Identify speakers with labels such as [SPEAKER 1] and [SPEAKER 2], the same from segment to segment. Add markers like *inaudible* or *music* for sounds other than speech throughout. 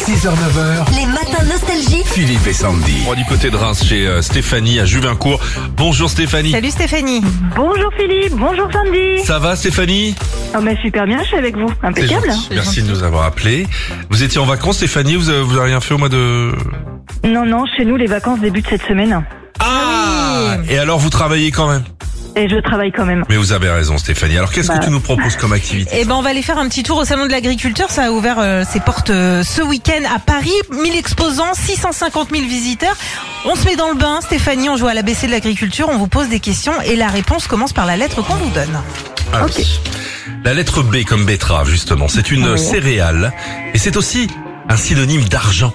[SPEAKER 1] 6h-9h,
[SPEAKER 2] Les matins nostalgiques.
[SPEAKER 1] Philippe et Sandy.
[SPEAKER 3] Bon, du côté de Reims, chez euh, Stéphanie à Juvincourt. Bonjour Stéphanie.
[SPEAKER 4] Salut Stéphanie.
[SPEAKER 5] Bonjour Philippe, bonjour Sandy.
[SPEAKER 3] Ça va Stéphanie
[SPEAKER 5] Oh mais super bien, je suis avec vous.
[SPEAKER 3] C'est
[SPEAKER 5] Impeccable.
[SPEAKER 3] gentil. Merci de nous avoir appelés. Vous étiez en vacances Stéphanie, vous avez, vous avez rien fait au mois de...
[SPEAKER 5] Non, non, chez nous les vacances débutent cette semaine.
[SPEAKER 3] Ah Et alors vous travaillez quand même
[SPEAKER 5] Et je travaille quand même.
[SPEAKER 3] Mais vous avez raison Stéphanie. Alors qu'est-ce
[SPEAKER 5] Bah.
[SPEAKER 3] que tu nous proposes comme activité
[SPEAKER 4] Eh ben on va aller faire un petit tour au salon de l'agriculteur. Ça a ouvert euh, ses portes euh, ce week-end à Paris. 1000 exposants, 650 000 visiteurs. On se met dans le bain, Stéphanie. On joue à l'ABC de l'agriculture. On vous pose des questions et la réponse commence par la lettre qu'on vous donne.
[SPEAKER 3] Ah oui. La lettre B comme betterave justement, c'est une céréale et c'est aussi un synonyme d'argent.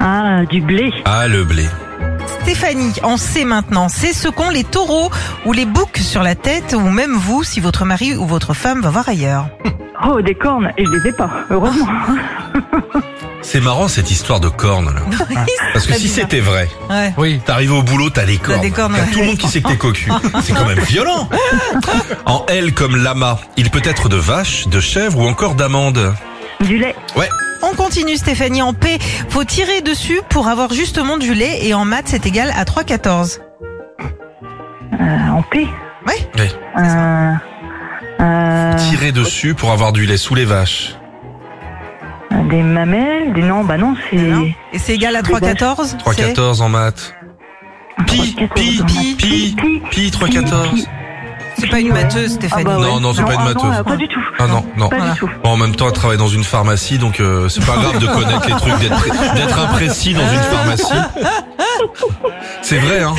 [SPEAKER 5] Ah, du blé.
[SPEAKER 3] Ah le blé.
[SPEAKER 4] Stéphanie, on sait maintenant. C'est ce qu'ont les taureaux ou les boucs sur la tête ou même vous si votre mari ou votre femme va voir ailleurs.
[SPEAKER 5] Oh, des cornes. Et je les ai pas, heureusement.
[SPEAKER 3] C'est marrant cette histoire de cornes là. Parce que si c'était vrai,
[SPEAKER 4] Ouais.
[SPEAKER 3] Oui. T'arrives au boulot, t'as des cornes.
[SPEAKER 4] des cornes,
[SPEAKER 3] T'as
[SPEAKER 4] ouais.
[SPEAKER 3] tout le monde qui sait que t'es cocu. C'est quand même violent. En L comme lama, il peut être de vache, de chèvre ou encore d'amande.
[SPEAKER 5] Du lait.
[SPEAKER 3] Ouais.
[SPEAKER 4] On continue Stéphanie en P. Faut tirer dessus pour avoir justement du lait et en maths c'est égal à 3,14.
[SPEAKER 5] euh, en paix.
[SPEAKER 4] Ouais.
[SPEAKER 3] Oui.
[SPEAKER 5] Euh, euh,
[SPEAKER 3] Tirer dessus pour avoir du lait sous les vaches.
[SPEAKER 5] des mamelles. Des non, bah non, c'est.
[SPEAKER 4] Non Et c'est égal à 3,14 c'est-
[SPEAKER 3] 3,14 en maths. Pi, pi, pi, pi, pi, 3,14.
[SPEAKER 4] C'est pas une
[SPEAKER 5] matheuse
[SPEAKER 4] matteuse, Stéphanie.
[SPEAKER 3] Non, non, c'est pas une
[SPEAKER 5] ah
[SPEAKER 3] mateuse.
[SPEAKER 5] euh, pas du tout.
[SPEAKER 3] Ah non, non.
[SPEAKER 5] Pas
[SPEAKER 4] Voilà.
[SPEAKER 5] du tout.
[SPEAKER 3] Bon, en même temps, elle travaille dans une pharmacie, donc euh, c'est pas grave de connaître les trucs, d'être d'être imprécis dans une pharmacie. C'est vrai, hein.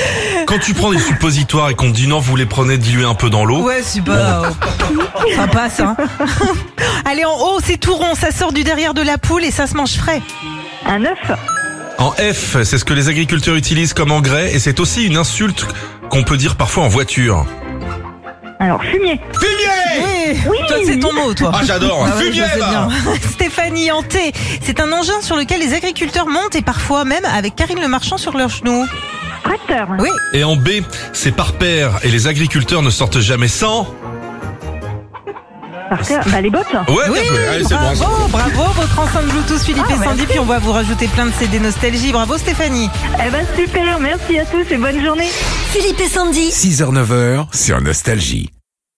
[SPEAKER 3] Quand tu prends des suppositoires et qu'on te dit non, vous les prenez dilués un peu dans l'eau.
[SPEAKER 4] Ouais, c'est pas... euh, ça passe, hein. *laughs* Allez, en haut, c'est tout rond. Ça sort du derrière de la poule et ça se mange frais.
[SPEAKER 5] Un œuf.
[SPEAKER 3] En F, c'est ce que les agriculteurs utilisent comme engrais et c'est aussi une insulte qu'on peut dire parfois en voiture.
[SPEAKER 5] Alors, fumier.
[SPEAKER 3] Fumier
[SPEAKER 4] Eh, toi, c'est ton mot, toi.
[SPEAKER 3] Ah, j'adore
[SPEAKER 4] Ah ouais,
[SPEAKER 3] Fumier bah.
[SPEAKER 4] je sais
[SPEAKER 3] va
[SPEAKER 4] bien. *laughs* Stéphanie Hanté, c'est un engin sur lequel les agriculteurs montent et parfois même avec Karine Le Marchand sur leurs genoux.
[SPEAKER 5] Tracteur.
[SPEAKER 4] Oui,
[SPEAKER 3] Et en B, c'est par paire et les agriculteurs ne sortent jamais sans.
[SPEAKER 5] Par terre. Bah, les bottes.
[SPEAKER 3] Ouais,
[SPEAKER 4] oui,
[SPEAKER 3] bien joué. Allez, c'est bon.
[SPEAKER 4] bravo, bravo, votre enceinte Bluetooth Philippe et Sandy, puis on va vous rajouter plein de CD nostalgie. Bravo Stéphanie.
[SPEAKER 5] Eh ben, super. Merci à tous et bonne journée.
[SPEAKER 2] Philippe et Sandy.
[SPEAKER 1] 6h-9h sur Nostalgie.